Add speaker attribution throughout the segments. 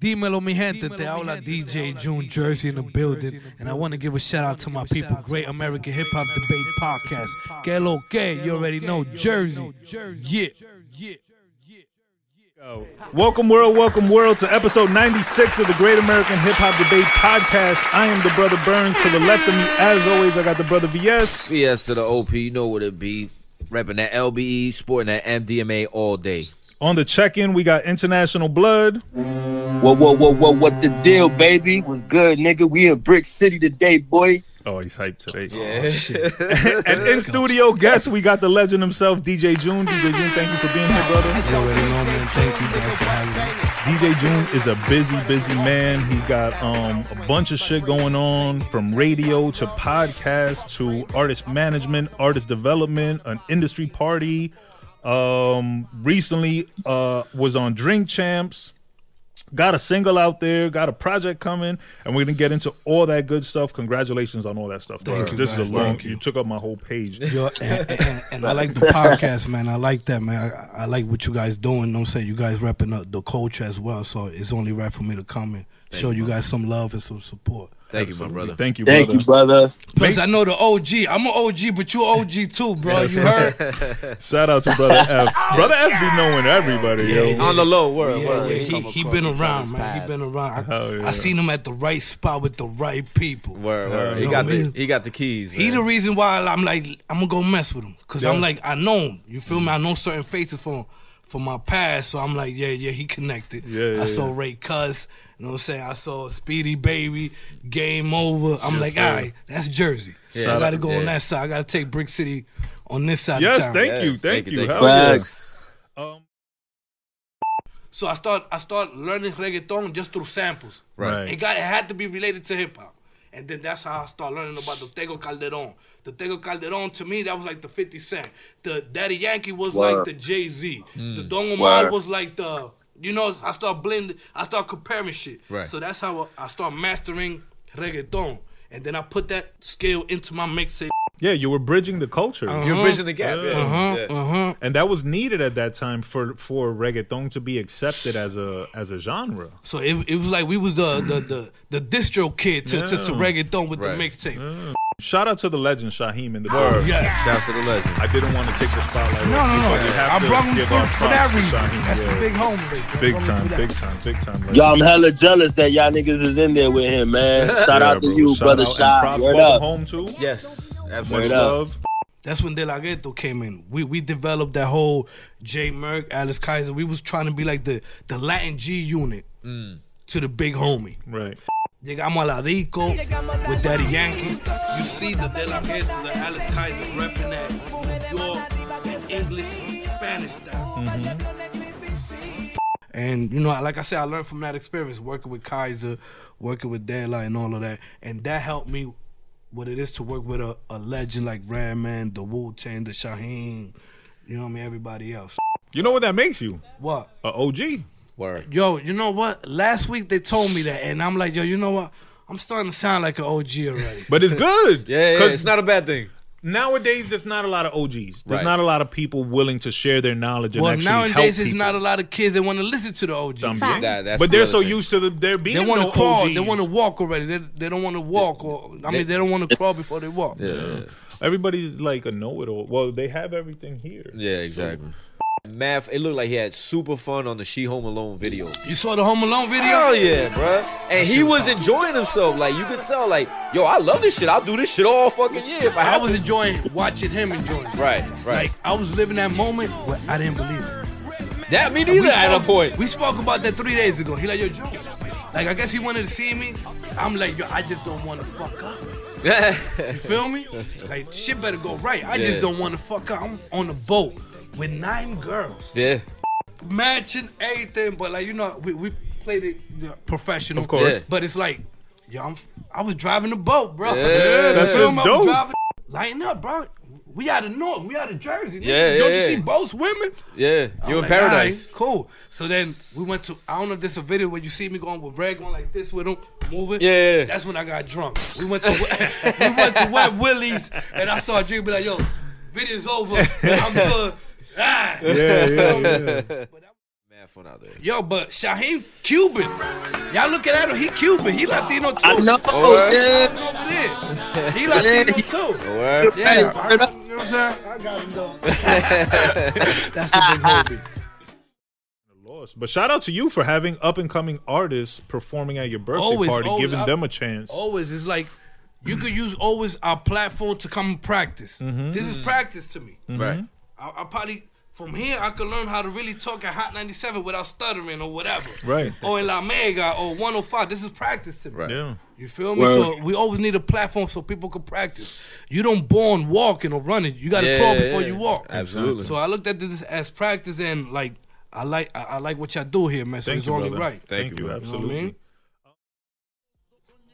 Speaker 1: Dímelo, mi gente. Te habla DJ June Jersey in the building. And I want to give a shout out to my people, Great American Hip Hop Debate Podcast. Que lo que, you already know, Jersey. Yeah.
Speaker 2: Welcome, world. Welcome, world, to episode 96 of the Great American Hip Hop Debate Podcast. I am the brother Burns. To the left of me, as always, I got the brother VS.
Speaker 3: CS to the OP, you know what it be. Repping that LBE, sporting that MDMA all day.
Speaker 2: On the check in, we got International Blood.
Speaker 4: What, what, what, what, what the deal, baby? Was good, nigga. We in Brick City today, boy.
Speaker 2: Oh, he's hyped today. Oh, and in studio guest, we got the legend himself, DJ June. DJ June, thank you for being here, brother.
Speaker 1: You already know, man. Thank you guys for having me.
Speaker 2: DJ June is a busy, busy man. He got um a bunch of shit going on from radio to podcast to artist management, artist development, an industry party. Um recently uh was on Drink Champs. Got a single out there, got a project coming, and we're gonna get into all that good stuff. Congratulations on all that stuff.
Speaker 1: Thank you,
Speaker 2: this
Speaker 1: guys.
Speaker 2: is a long
Speaker 1: Thank you.
Speaker 2: you took up my whole page.
Speaker 1: Yo, and, and- and I like the podcast, man. I like that, man. I, I like what you guys doing. know what I'm saying you guys repping up the culture as well. So it's only right for me to come and show you guys some love and some support.
Speaker 3: Thank you, my brother.
Speaker 2: Thank you,
Speaker 4: Thank
Speaker 2: brother.
Speaker 4: you, brother.
Speaker 1: Plus, I know the OG. I'm an OG, but you OG too, bro. You heard?
Speaker 2: Shout out to brother F. brother F be knowing everybody, yo.
Speaker 3: On the low, word,
Speaker 1: Yeah,
Speaker 3: word.
Speaker 1: yeah, he he been around, man. He been around. I,
Speaker 2: Hell yeah.
Speaker 1: I seen him at the right spot with the right people.
Speaker 3: Word, word. He
Speaker 1: Yo,
Speaker 3: got
Speaker 1: man.
Speaker 3: the he got the keys. Man.
Speaker 1: He the reason why I'm like I'm gonna go mess with him because
Speaker 2: Yeah. Mm.
Speaker 1: I'm like I know him. You feel me? I know certain faces from from my past, so I'm like yeah, yeah. He connected.
Speaker 2: Yeah, yeah,
Speaker 1: I saw
Speaker 2: yeah.
Speaker 1: Ray Cuss. You know what I'm saying? I saw Speedy Baby. Game over. I'm like, all right, that's Jersey.
Speaker 3: Yeah.
Speaker 1: I gotta go on
Speaker 3: Yeah.
Speaker 1: that side. I gotta take Brick City on this side. of
Speaker 2: Yes,
Speaker 1: town.
Speaker 2: thank
Speaker 3: Yeah,
Speaker 2: you, thank
Speaker 3: thank you,
Speaker 2: you.
Speaker 3: thank
Speaker 2: Hell
Speaker 3: you.
Speaker 2: Oh, yeah.
Speaker 4: Bugs.
Speaker 2: Um,
Speaker 1: So I start I start learning reggaeton just through samples.
Speaker 2: Right.
Speaker 1: It got it had to be related to hip hop. And then that's how I started learning about the Tego Calderon. The Tego Calderon to me that was like the 50 Cent. The Daddy Yankee was like
Speaker 4: Word.
Speaker 1: the Jay Z. The
Speaker 3: Hmm.
Speaker 1: Don Omar
Speaker 4: Word.
Speaker 1: was like the you know I start blending I start comparing shit.
Speaker 3: Right.
Speaker 1: So that's how I, I start mastering reggaeton. And then I put that skill into my mixtape.
Speaker 2: yeah, you were bridging the culture,
Speaker 3: You're bridging the gap. Yeah.
Speaker 1: Uh-huh,
Speaker 3: yeah.
Speaker 1: uh-huh.
Speaker 2: and that was needed at that time for for reggaeton to be accepted as a as a genre.
Speaker 1: So it, it was like we was the the the, the distro kid to, to, to
Speaker 2: Yeah.
Speaker 1: reggaeton with
Speaker 3: Right.
Speaker 1: the mixtape.
Speaker 2: Shout out to the legend Shaheem in the word.
Speaker 1: Yeah.
Speaker 3: Shout to the legend.
Speaker 2: I didn't want to take the spotlight.
Speaker 1: No, no, no. I brought him for, for that reason. That's the big
Speaker 2: reason.
Speaker 1: homie. right there.
Speaker 2: Big
Speaker 1: Brought him
Speaker 2: time,
Speaker 1: for that.
Speaker 2: big time, big time. legend.
Speaker 4: Yo, I'm hella jealous that y'all niggas is in there with him, man. Shout
Speaker 2: Yeah,
Speaker 4: out to
Speaker 2: bro.
Speaker 4: you,
Speaker 2: Shout
Speaker 4: brother
Speaker 2: out and
Speaker 4: Shy.
Speaker 2: props.
Speaker 4: Word
Speaker 2: Welcome
Speaker 4: up.
Speaker 2: home too.
Speaker 3: Yes.
Speaker 2: Much
Speaker 4: Word
Speaker 3: Absolutely.
Speaker 4: up.
Speaker 2: love.
Speaker 1: That's when De La Ghetto came in. We we developed that whole J Merck, Alice Kaiser. We was trying to be like the the Latin G unit to the big homie.
Speaker 2: Right.
Speaker 1: Llegamos al Adico with Daddy Yankee. You see the De La Ghetto, the Alice Kaiser repping that New York and English, Spanish style. And you know, like I said, I learned from that experience working with Kaiser, working with Dela, and all of that, and that helped me what it is to work with a, a legend like Redman, the Wu Tang, the Shaheen, you know what I mean, everybody else.
Speaker 2: You know what that makes you?
Speaker 1: What?
Speaker 2: A OG.
Speaker 3: Word.
Speaker 1: Yo, you know what? Last week they told me that, and I'm like, yo, you know what? I'm starting to sound like an OG already.
Speaker 2: But it's good.
Speaker 3: Yeah, yeah,
Speaker 2: 'Cause
Speaker 3: it's not a bad thing.
Speaker 2: nowadays there's not a lot of OGs. There's
Speaker 3: Right.
Speaker 2: not a lot of people willing to share their knowledge and
Speaker 1: well,
Speaker 2: actually
Speaker 1: nowadays
Speaker 2: help
Speaker 1: there's
Speaker 2: people.
Speaker 1: not a lot of kids that want to listen to the OG.
Speaker 2: También.
Speaker 3: That- that's
Speaker 2: but they're
Speaker 3: another
Speaker 2: so
Speaker 3: thing.
Speaker 2: used to the, there being
Speaker 1: They want to
Speaker 2: no
Speaker 1: crawl.
Speaker 2: OGs.
Speaker 1: They want to walk already. They, they don't want to walk, or I mean, they don't want to crawl before they walk.
Speaker 3: Yeah.
Speaker 2: Everybody's like a know-it-all. Well, they have everything here.
Speaker 3: Yeah, exactly. Math, it looked like he had super fun on the She Home Alone video.
Speaker 1: You saw the Home Alone video?
Speaker 3: Hell yeah, bruh. And he was enjoying himself. Like you could tell, like, yo, I love this shit. I'll do this shit all fucking year if I
Speaker 1: I
Speaker 3: have
Speaker 1: was enjoying watching him enjoying. it.
Speaker 3: Right, right.
Speaker 1: Like I was living that moment, but I didn't believe it.
Speaker 3: that me neither at a
Speaker 1: spoke-
Speaker 3: point.
Speaker 1: We spoke about that three days ago. He like, yo, Joe. Like I guess he wanted to see me. I'm like, yo, I just don't want to fuck up. You feel me? Like shit better go right. I just
Speaker 3: Yeah.
Speaker 1: don't want to fuck up. I'm on a boat with nine girls,
Speaker 3: yeah.
Speaker 1: matching everything. But like you know, we, we played it you know, professional, of
Speaker 3: course. Yeah.
Speaker 1: But it's like, yo, I'm, I was driving the boat, bro.
Speaker 3: Yeah,
Speaker 2: Yeah, that's
Speaker 1: Film,
Speaker 2: just
Speaker 1: I was
Speaker 2: dope.
Speaker 1: driving- Lighten up, bro. We out of North. We out of Jersey. nigga.
Speaker 3: Yeah, yeah,
Speaker 1: Don't you
Speaker 3: yeah.
Speaker 1: see both women?
Speaker 3: Yeah.
Speaker 1: I'm
Speaker 3: You're in
Speaker 1: like,
Speaker 3: paradise.
Speaker 1: alright, cool. So then we went to. I don't know if this is a video where you see me going with Red going like this with him moving.
Speaker 3: Yeah, yeah, yeah.
Speaker 1: That's when I got drunk. We went to we went to Wet Willie's and I started drinking. Be like, yo, video's over. I'm good. Ah.
Speaker 2: Yeah, yeah, yeah.
Speaker 3: Math went out there.
Speaker 1: Yo, but Shaheem Cuban. Y'all looking at him. He Cuban. He Latino too.
Speaker 4: I know.
Speaker 2: Oh,
Speaker 3: Alright.
Speaker 4: yeah.
Speaker 1: Over there. He Latino too.
Speaker 3: Word.
Speaker 1: Yeah,
Speaker 4: Hey,
Speaker 1: I,
Speaker 4: word up.
Speaker 1: you know what I'm saying? I got him though. That's a big homie.
Speaker 2: Lost. But shout out to you for having up and coming artists performing at your birthday
Speaker 1: Always,
Speaker 2: party,
Speaker 1: always.
Speaker 2: giving
Speaker 1: I-
Speaker 2: them a chance.
Speaker 1: Always, it's like you could use always our platform to come and practice.
Speaker 4: Mm-hmm.
Speaker 1: This is practice to me.
Speaker 3: Right.
Speaker 1: I, I probably from here I could learn how to really talk at Hot 97 without stuttering or whatever.
Speaker 2: Right.
Speaker 1: Or in La Mega or 105. This is practice to me.
Speaker 3: Right.
Speaker 2: Yeah.
Speaker 1: You feel me? So we always need a platform so people can practice. You don't born walking or running. You got to
Speaker 3: Yeah,
Speaker 1: crawl before
Speaker 3: yeah.
Speaker 1: you walk.
Speaker 3: Absolutely.
Speaker 1: So I looked at this as practice and like I like I, I like what y'all do here, man. So
Speaker 2: Thank
Speaker 1: it's
Speaker 2: you,
Speaker 1: only
Speaker 2: brother.
Speaker 1: right.
Speaker 3: Thank
Speaker 2: Thank
Speaker 3: you,
Speaker 2: you.
Speaker 3: brother.
Speaker 1: You know what I
Speaker 2: Absolutely.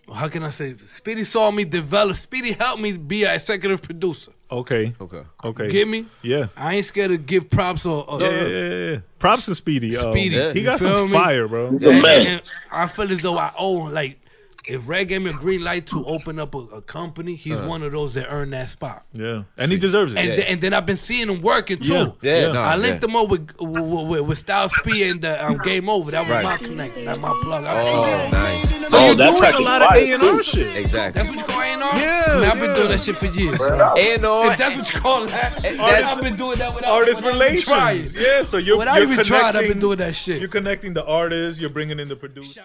Speaker 1: mean? How can I say? Speedy saw me develop. Speedy helped me be an executive producer.
Speaker 2: Okay.
Speaker 3: Okay.
Speaker 2: Okay.
Speaker 1: You Get me?
Speaker 2: Yeah.
Speaker 1: I ain't scared to give props or. or
Speaker 2: Yeah, yeah, yeah, yeah. Props to Speedy. um,
Speaker 1: Speedy,
Speaker 2: he
Speaker 1: you
Speaker 2: got
Speaker 1: feel
Speaker 2: some
Speaker 1: me?
Speaker 2: fire, bro.
Speaker 4: Yo,
Speaker 1: And-
Speaker 4: man.
Speaker 1: and I feel as though I owe him. Like, if Red gave me a green light to open up a, a company, he's one of those that earned that spot.
Speaker 2: Uh-huh. Yeah. And he deserves it.
Speaker 1: And, th- and then I've been seeing him working too.
Speaker 2: Yeah.
Speaker 3: Yeah.
Speaker 2: Yeah.
Speaker 3: Nah,
Speaker 1: I linked
Speaker 3: yeah.
Speaker 1: them up with with, with, with Styles P and the um, Game Over. That was my connect, that my plug. I-
Speaker 3: Oh, nice.
Speaker 2: So
Speaker 4: Oh,
Speaker 2: you're
Speaker 4: that
Speaker 2: doing
Speaker 4: track
Speaker 2: a
Speaker 4: is
Speaker 2: lot of
Speaker 4: fire,
Speaker 2: A and R
Speaker 4: too.
Speaker 2: shit.
Speaker 3: Exactly.
Speaker 1: That's what you call A&R?
Speaker 2: Yeah,
Speaker 1: Man, I've been
Speaker 2: yeah.
Speaker 1: doing that shit for years. bro.
Speaker 3: And
Speaker 1: If
Speaker 3: on.
Speaker 1: that's what you call that,
Speaker 3: that's-
Speaker 1: I've been doing that without
Speaker 2: Artist
Speaker 1: without even
Speaker 2: relations.
Speaker 1: trying.
Speaker 2: Yeah. So you're
Speaker 1: Without
Speaker 2: you're
Speaker 1: even trying, I've been
Speaker 2: connecting-
Speaker 1: doing that shit.
Speaker 2: You're connecting the artists. You're bringing in the producer.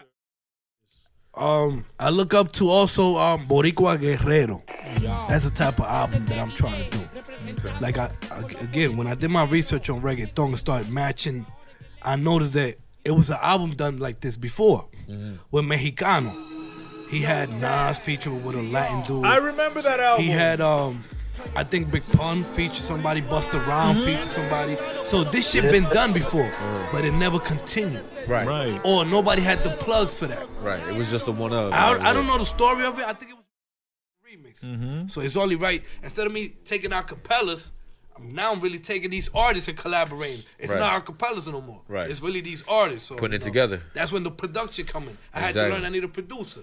Speaker 1: Um, I look up to also um Boricua Guerrero. That's the type of album that I'm trying to do. Like I, I again, when I did my research on reggaeton and started matching, I noticed that it was an album done like this before with Mexicano. He had Nas featuring with a Latin dude.
Speaker 2: I remember that album.
Speaker 1: He had um, I think Big Pun featured somebody, Busta Rhymes featured somebody. So this shit been done before, but it never continued,
Speaker 3: Right. Right.
Speaker 2: right.
Speaker 1: or nobody had the plugs for that.
Speaker 3: It was just a one of.
Speaker 1: I, I don't know the story of it. I think it was a remix.
Speaker 3: Mm-hmm.
Speaker 1: So it's only right. Instead of me taking our capellas, I'm now I'm really taking these artists and collaborating. It's
Speaker 3: Right.
Speaker 1: not our capellas no more.
Speaker 3: Right.
Speaker 1: It's really these artists. So,
Speaker 3: Putting
Speaker 1: you
Speaker 3: it together.
Speaker 1: That's when the production coming. I had
Speaker 3: Exactly.
Speaker 1: to learn I need a producer.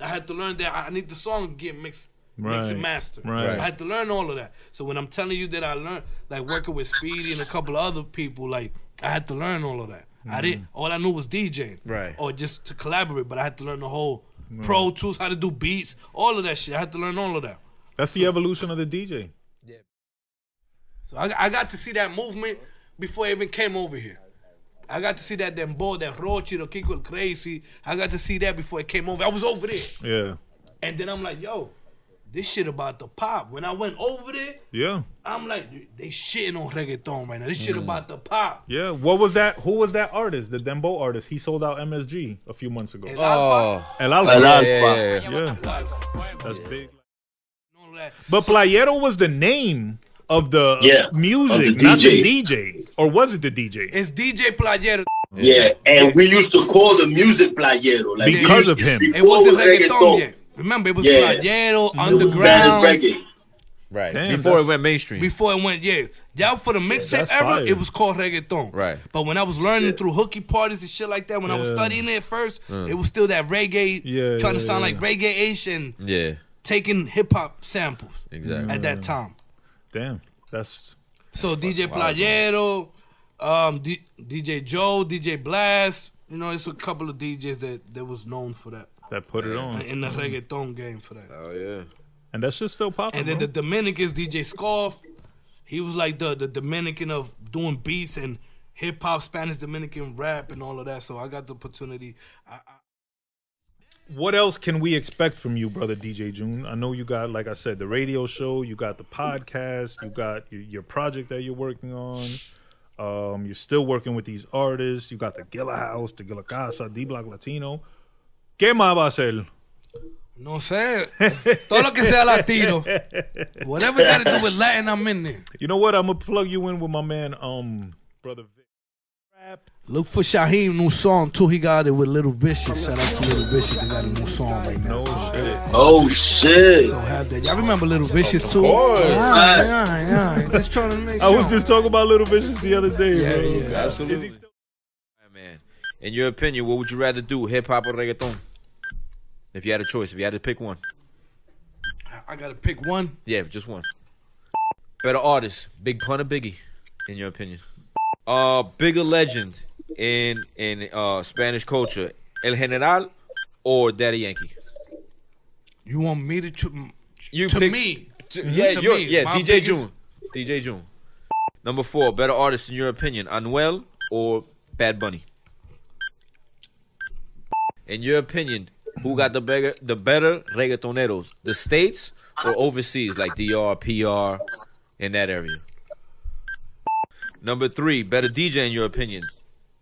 Speaker 1: I had to learn that I I need the song to get mixed. mixed
Speaker 2: Right.
Speaker 1: and mastered.
Speaker 2: Right.
Speaker 1: I had to learn all of that. So when I'm telling you that I learned, like working with Speedy and a couple of other people, like I had to learn all of that. I didn't. All I knew was DJing
Speaker 3: Right.
Speaker 1: or just to collaborate. But I had to learn the whole Pro Tools, how to do beats, all of that shit. I had to learn all of that.
Speaker 2: That's the evolution of the DJ.
Speaker 1: So I, I got to see that movement before I even came over here. I got to see that Dembo, that Rochi, the Kiko El Crazy. I got to see that before I came over. I was over there,
Speaker 2: Yeah.
Speaker 1: and then I'm like, yo, this shit about to pop. When I went over there,
Speaker 2: Yeah.
Speaker 1: I'm like, they shitting on reggaeton right now. This
Speaker 2: Mm.
Speaker 1: shit about to pop.
Speaker 2: Yeah. What was that? Who was that artist? The Dembo artist. He sold out MSG a few months ago.
Speaker 1: And Alpha,
Speaker 3: Oh.
Speaker 2: El Alfa.
Speaker 4: El
Speaker 3: Yeah,
Speaker 4: Alfa.
Speaker 3: yeah, yeah, yeah.
Speaker 2: Yeah. That's big.
Speaker 1: all of that.
Speaker 2: But Playero was the name of the
Speaker 4: Yeah,
Speaker 2: music,
Speaker 4: of the
Speaker 2: not the
Speaker 4: DJ.
Speaker 2: DJ. Or was it the DJ?
Speaker 1: It's DJ Playero.
Speaker 4: Yeah, and we used to call the music playero. Like we
Speaker 2: Because
Speaker 4: used-
Speaker 2: of him.
Speaker 4: before
Speaker 1: It wasn't
Speaker 4: was
Speaker 1: reggaeton, yet. Remember, it was
Speaker 4: Yeah.
Speaker 1: Playero,
Speaker 4: It was Spanish
Speaker 1: underground.
Speaker 4: reggae.
Speaker 3: Right.
Speaker 2: Damn,
Speaker 3: Before
Speaker 2: that's-
Speaker 3: it went mainstream.
Speaker 1: Before it went, yeah. Y'all for the mixtape
Speaker 2: that's
Speaker 1: era,
Speaker 2: fire.
Speaker 1: it was called reggaeton.
Speaker 3: Right.
Speaker 1: But when I was learning through hooky parties and shit like that, when I was
Speaker 2: Yeah. Mm.
Speaker 1: studying it first, it was still that reggae,
Speaker 2: Yeah,
Speaker 1: trying to
Speaker 2: yeah,
Speaker 1: sound
Speaker 2: yeah.
Speaker 1: like reggae-ish and
Speaker 3: yeah.
Speaker 1: taking hip hop samples
Speaker 3: Exactly.
Speaker 1: at that time.
Speaker 2: Damn. That's
Speaker 1: So DJ Playero, um, D- DJ Joe, DJ Blast. You know, it's a couple of DJs that that was known for that
Speaker 2: that put it on.
Speaker 1: in the reggaeton game for that.
Speaker 3: Oh yeah.
Speaker 2: And that shit's still popular.
Speaker 1: And then the Dominicans, DJ Scarf, he was like the, the Dominican of doing beats and hip hop, Spanish Dominican rap, and all of that. So I got the opportunity. I, I,
Speaker 2: what else can we expect from you, brother DJ June? I know you got, like I said, the radio show, you got the podcast, you got your, your project that you're working on. Um, you're still working with these artists. You got the Gila House, the Gila Casa, D Block Latino. ¿Qué más va a hacer?
Speaker 1: no sé. Todo lo que sea Latino. Whatever got to do with Latin, I'm in there.
Speaker 2: You know what? I'm gonna plug you in with my man, um, brother Vic.
Speaker 1: Look for Shaheem, new song too. He got it with Little Vicious. Shout out to Little Vicious. They got a new song right now.
Speaker 2: No shit.
Speaker 4: Oh shit!
Speaker 1: So have that. Y'all remember Little Vicious too?
Speaker 3: course.
Speaker 1: Yeah, yeah, yeah. Just trying to make
Speaker 2: I was
Speaker 1: sure.
Speaker 2: just talking about Little Vicious the other day. bro.
Speaker 1: yeah, yeah.
Speaker 2: Is he
Speaker 3: Absolutely.
Speaker 2: still-
Speaker 3: man. In your opinion, what would you rather do, hip hop or reggaeton? If you had a choice, if you had to pick one,
Speaker 1: I gotta pick one.
Speaker 3: yeah, just one. Better artist, Big Pun or Biggie, in your opinion? Uh, bigger legend in in uh Spanish culture, El General or Daddy Yankee?
Speaker 1: You want me to cho-
Speaker 3: You
Speaker 1: to
Speaker 3: pick-
Speaker 1: me?
Speaker 3: To- yeah,
Speaker 1: Mm-hmm. to
Speaker 3: you're,
Speaker 1: me,
Speaker 3: yeah,
Speaker 1: my
Speaker 3: DJ
Speaker 1: biggest-
Speaker 3: June. DJ June. Number four, better artist in your opinion, Anuel or Bad Bunny? In your opinion, who got the better the better reggaetoneros? The states or overseas, like DR, PR, in that area? Number three, better DJ in your opinion,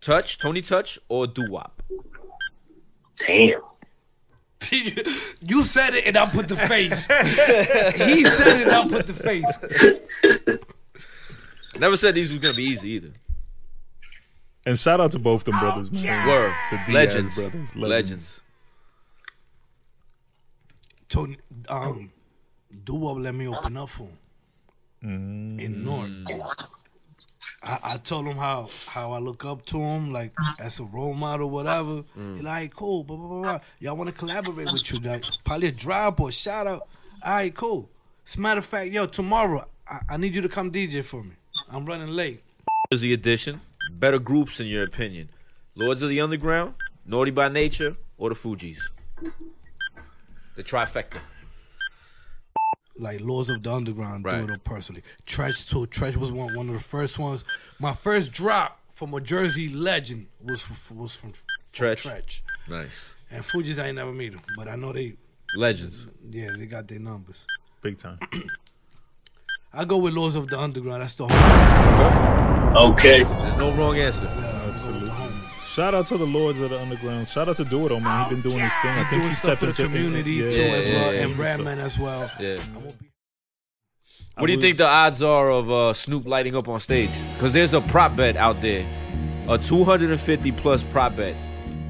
Speaker 3: Touch, Tony Touch, or Doo Wop?
Speaker 4: Damn.
Speaker 1: you said it and I put the face. he said it and I put the face.
Speaker 3: Never said these was gonna be easy either.
Speaker 2: And shout out to both them brothers, man.
Speaker 3: Word,
Speaker 2: The Diaz
Speaker 3: legends,
Speaker 2: brothers, legends.
Speaker 3: legends.
Speaker 1: Tony, um, Dua let me open up for him in North. I, I told him how how I look up to him, like as a role model, whatever. He like, cool, blah blah blah. blah. Y'all want to collaborate with you, like probably a drop or a shout out. All right, cool. As a matter of fact, yo, tomorrow I, I need you to come DJ for me. I'm running late.
Speaker 3: Jersey Edition. Better groups in your opinion, Lords of the Underground, Naughty by Nature, or the Fugees? The trifecta.
Speaker 1: like Lords of the Underground
Speaker 3: Right.
Speaker 1: do it up personally. Tresh too. Tresh was one one of the first ones. My first drop from a Jersey legend was from, was from, from
Speaker 3: Tretch.
Speaker 1: Tretch.
Speaker 3: Nice.
Speaker 1: And Fuji's I ain't never meet them, but I know they
Speaker 3: Legends.
Speaker 1: yeah they got their numbers.
Speaker 2: Big time.
Speaker 1: I go with Lords of the Underground. That's the home.
Speaker 4: Okay.
Speaker 3: There's no wrong answer.
Speaker 1: Absolutely.
Speaker 2: Shout out to the Lords of the Underground. Shout out to Do It All, man. He's been doing his thing. I think
Speaker 1: Doing
Speaker 2: he's
Speaker 1: stuff for the
Speaker 2: stepping to
Speaker 1: community
Speaker 2: Yeah,
Speaker 1: too
Speaker 2: yeah,
Speaker 1: as
Speaker 3: yeah,
Speaker 1: well,
Speaker 3: yeah,
Speaker 1: and Redman as well.
Speaker 3: Yeah.
Speaker 1: I'm gonna be-
Speaker 2: I
Speaker 3: What do you
Speaker 2: was-
Speaker 3: think the odds are of uh, Snoop lighting up on stage? Because there's a prop bet out there, a 250 plus prop bet,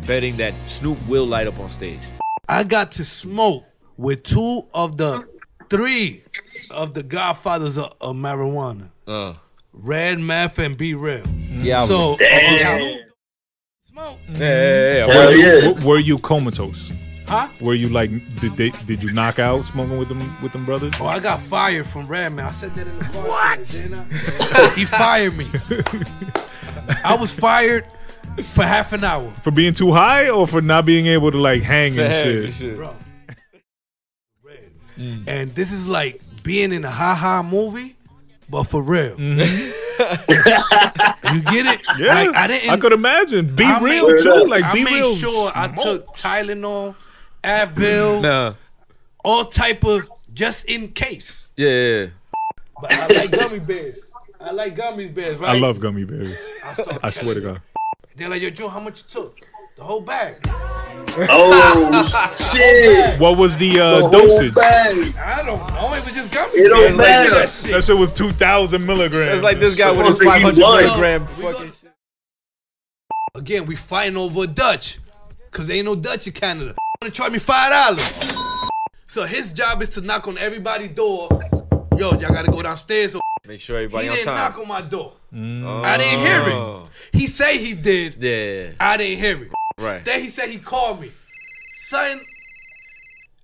Speaker 3: betting that Snoop will light up on stage.
Speaker 1: I got to smoke with two of the three of the Godfathers of, of marijuana,
Speaker 3: Uh,
Speaker 1: Red Math and B Real.
Speaker 3: yeah.
Speaker 1: So
Speaker 4: Damn.
Speaker 1: smoke.
Speaker 3: yeah, yeah, yeah.
Speaker 4: Hell yeah.
Speaker 2: W- Were you comatose?
Speaker 1: Huh?
Speaker 2: Were you like did they did you knock out smoking with them with them brothers?
Speaker 1: Oh, I got fired from Redman. I said that in the car. What? he fired me. I was fired for half an hour,
Speaker 2: For being too high or for not being able to like hang and shit?
Speaker 1: bro.
Speaker 2: Mm.
Speaker 1: And this is like being in a ha ha movie, but for real. you get it?
Speaker 2: Mm-hmm. Yeah,
Speaker 1: Like, I didn't.
Speaker 2: could imagine. Be
Speaker 1: I
Speaker 2: real
Speaker 1: made-
Speaker 2: too. Like
Speaker 1: I
Speaker 2: be
Speaker 1: made
Speaker 2: real.
Speaker 1: sure I took Tylenol, Advil,
Speaker 3: Nah.
Speaker 1: all type of just in case.
Speaker 3: Yeah, yeah. yeah.
Speaker 1: But I like gummy bears. I like gummy bears, right?
Speaker 2: I love gummy bears.
Speaker 1: start
Speaker 2: I swear to God.
Speaker 1: They're like, yo, Joe, how much you took? The whole bag.
Speaker 4: Oh shit.
Speaker 2: What was the uh,
Speaker 4: The whole
Speaker 2: dosage?
Speaker 4: thing.
Speaker 1: I don't know. It was just gummy
Speaker 4: It don't
Speaker 1: bears. Like,
Speaker 4: matter.
Speaker 1: that shit.
Speaker 2: That shit was two thousand milligrams.
Speaker 3: It's like this guy with
Speaker 4: Supposed
Speaker 3: his
Speaker 4: to eat
Speaker 3: 500
Speaker 4: one.
Speaker 3: milligram
Speaker 1: We go-
Speaker 3: fucking shit.
Speaker 1: Again, we fighting over a Dutch. Cause ain't no Dutch in Canada. Wanna charge me five dollars. So his job is to knock on everybody's door. Yo, y'all gotta go downstairs. Or
Speaker 3: Make sure
Speaker 1: he
Speaker 3: everybody on
Speaker 1: didn't knock
Speaker 3: time.
Speaker 1: on my door.
Speaker 3: Oh.
Speaker 1: I didn't hear it. He say he did.
Speaker 3: Yeah,
Speaker 1: I didn't hear it.
Speaker 3: right.
Speaker 1: Then he said he called me. Son,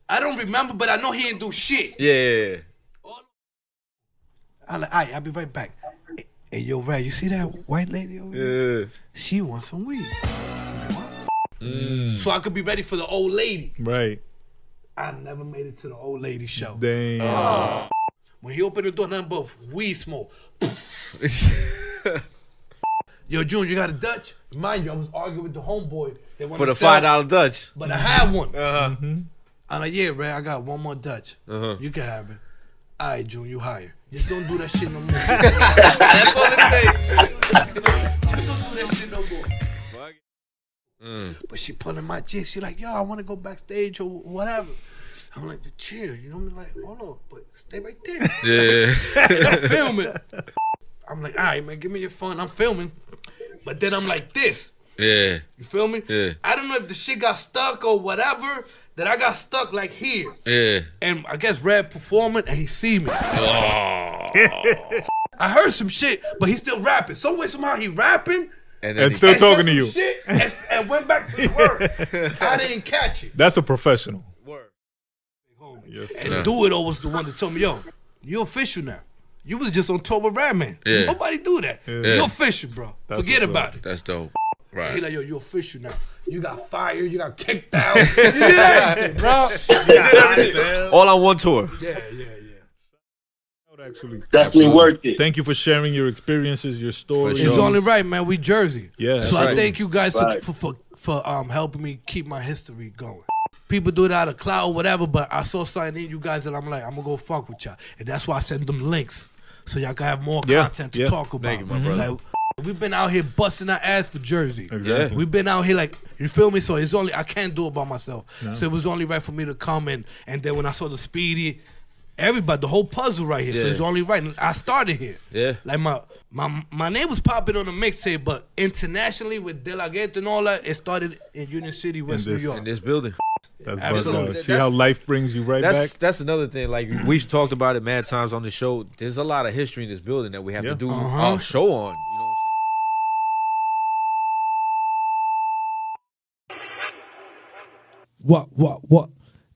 Speaker 1: I don't remember, but I know he didn't do shit.
Speaker 3: Yeah,
Speaker 1: I like, all right, I'll be right back. Hey, yo, Rad, you see that white lady over there?
Speaker 3: yeah.
Speaker 1: She wants some weed.
Speaker 3: Mm.
Speaker 1: So I could be ready for the old lady.
Speaker 2: Right.
Speaker 1: I never made it to the old lady show.
Speaker 2: Damn.
Speaker 1: Uh, When he opened the door, nothing but weed smoke. Yo, June, you got a Dutch? Mind you, I was arguing with the homeboy. They wanted
Speaker 3: For the
Speaker 1: to sell,
Speaker 3: five dollar Dutch.
Speaker 1: But I had one. I'm like, yeah, Rad, I got one more Dutch.
Speaker 3: Uh-huh.
Speaker 1: You can have it. All right, June, you hire. Just don't do that shit no more.
Speaker 3: That's all it takes.
Speaker 1: Just don't do that shit no more.
Speaker 3: Mm.
Speaker 1: But she pulling my chest. She like, yo, I want to go backstage or whatever. I'm like, chill. You know what I mean? Like, hold on, but stay right there.
Speaker 3: Yeah.
Speaker 1: I'm filming. I'm like, all right, man, give me your phone. I'm filming. But then I'm like this.
Speaker 3: yeah.
Speaker 1: You feel me?
Speaker 3: Yeah.
Speaker 1: I don't know if the shit got stuck or whatever. That I got stuck like here.
Speaker 3: Yeah.
Speaker 1: And I guess Red performing and he see me. I heard some shit, but he still rapping. Some way, somehow he rapping.
Speaker 3: And,
Speaker 2: And
Speaker 3: he-
Speaker 2: still-
Speaker 1: and said
Speaker 2: talking to
Speaker 1: some
Speaker 2: you.
Speaker 1: Shit and, and went back to work. I didn't catch it.
Speaker 2: That's a professional. Yes,
Speaker 1: And
Speaker 3: Yeah.
Speaker 1: Do It All was the one that told me, yo, you official now. You was just on tour with Redman.
Speaker 3: Yeah.
Speaker 1: Nobody do that.
Speaker 2: Yeah.
Speaker 1: you official, bro.
Speaker 2: That's
Speaker 1: Forget
Speaker 2: what's up.
Speaker 1: about it.
Speaker 3: That's dope.
Speaker 5: Right.
Speaker 1: He like, yo, you official now. You got fired. You got kicked out. you did everything, bro. You did everything.
Speaker 3: All on one tour.
Speaker 1: Yeah, yeah, yeah.
Speaker 2: Actually,
Speaker 4: Definitely worth it.
Speaker 2: thank you for sharing your experiences, your stories.
Speaker 3: sure.
Speaker 1: It's only right, man. We Jersey.
Speaker 2: Yeah, that's
Speaker 1: So I
Speaker 2: right.
Speaker 1: thank you guys for,
Speaker 4: Facts.
Speaker 1: for, for for um helping me keep my history going. People do it out of cloud, whatever. But I saw something in you guys that I'm like, I'm gonna go fuck with y'all, and that's why I sent them links so y'all can have more
Speaker 2: Yeah,
Speaker 1: content to
Speaker 2: yeah.
Speaker 1: talk about.
Speaker 3: Thank you, my brother.
Speaker 1: Like, we've been out here busting our ass for Jersey.
Speaker 2: Exactly.
Speaker 1: We've been out here like you feel me. So it's only I can't do it by myself. So it was only right for me to come and and then when I saw the speedy, everybody, the whole puzzle right here. So
Speaker 3: Yeah.
Speaker 1: it's only right. I started here.
Speaker 3: Yeah.
Speaker 1: Like my my my name was popping on the mixtape, but internationally with De La Ghetto and all that, it started in Union City, West
Speaker 2: this-
Speaker 1: New
Speaker 3: In
Speaker 1: York.
Speaker 3: this building.
Speaker 2: That's
Speaker 1: Absolutely.
Speaker 2: bugged out. See
Speaker 3: That's-
Speaker 2: how life brings you right
Speaker 3: That's
Speaker 2: back.
Speaker 3: that's another thing. Like we talked about it mad times on the show. There's a lot of history in this building that we have
Speaker 2: Yeah.
Speaker 3: to do
Speaker 1: Uh-huh.
Speaker 3: a show on. You know what I'm saying?
Speaker 6: What, what, what?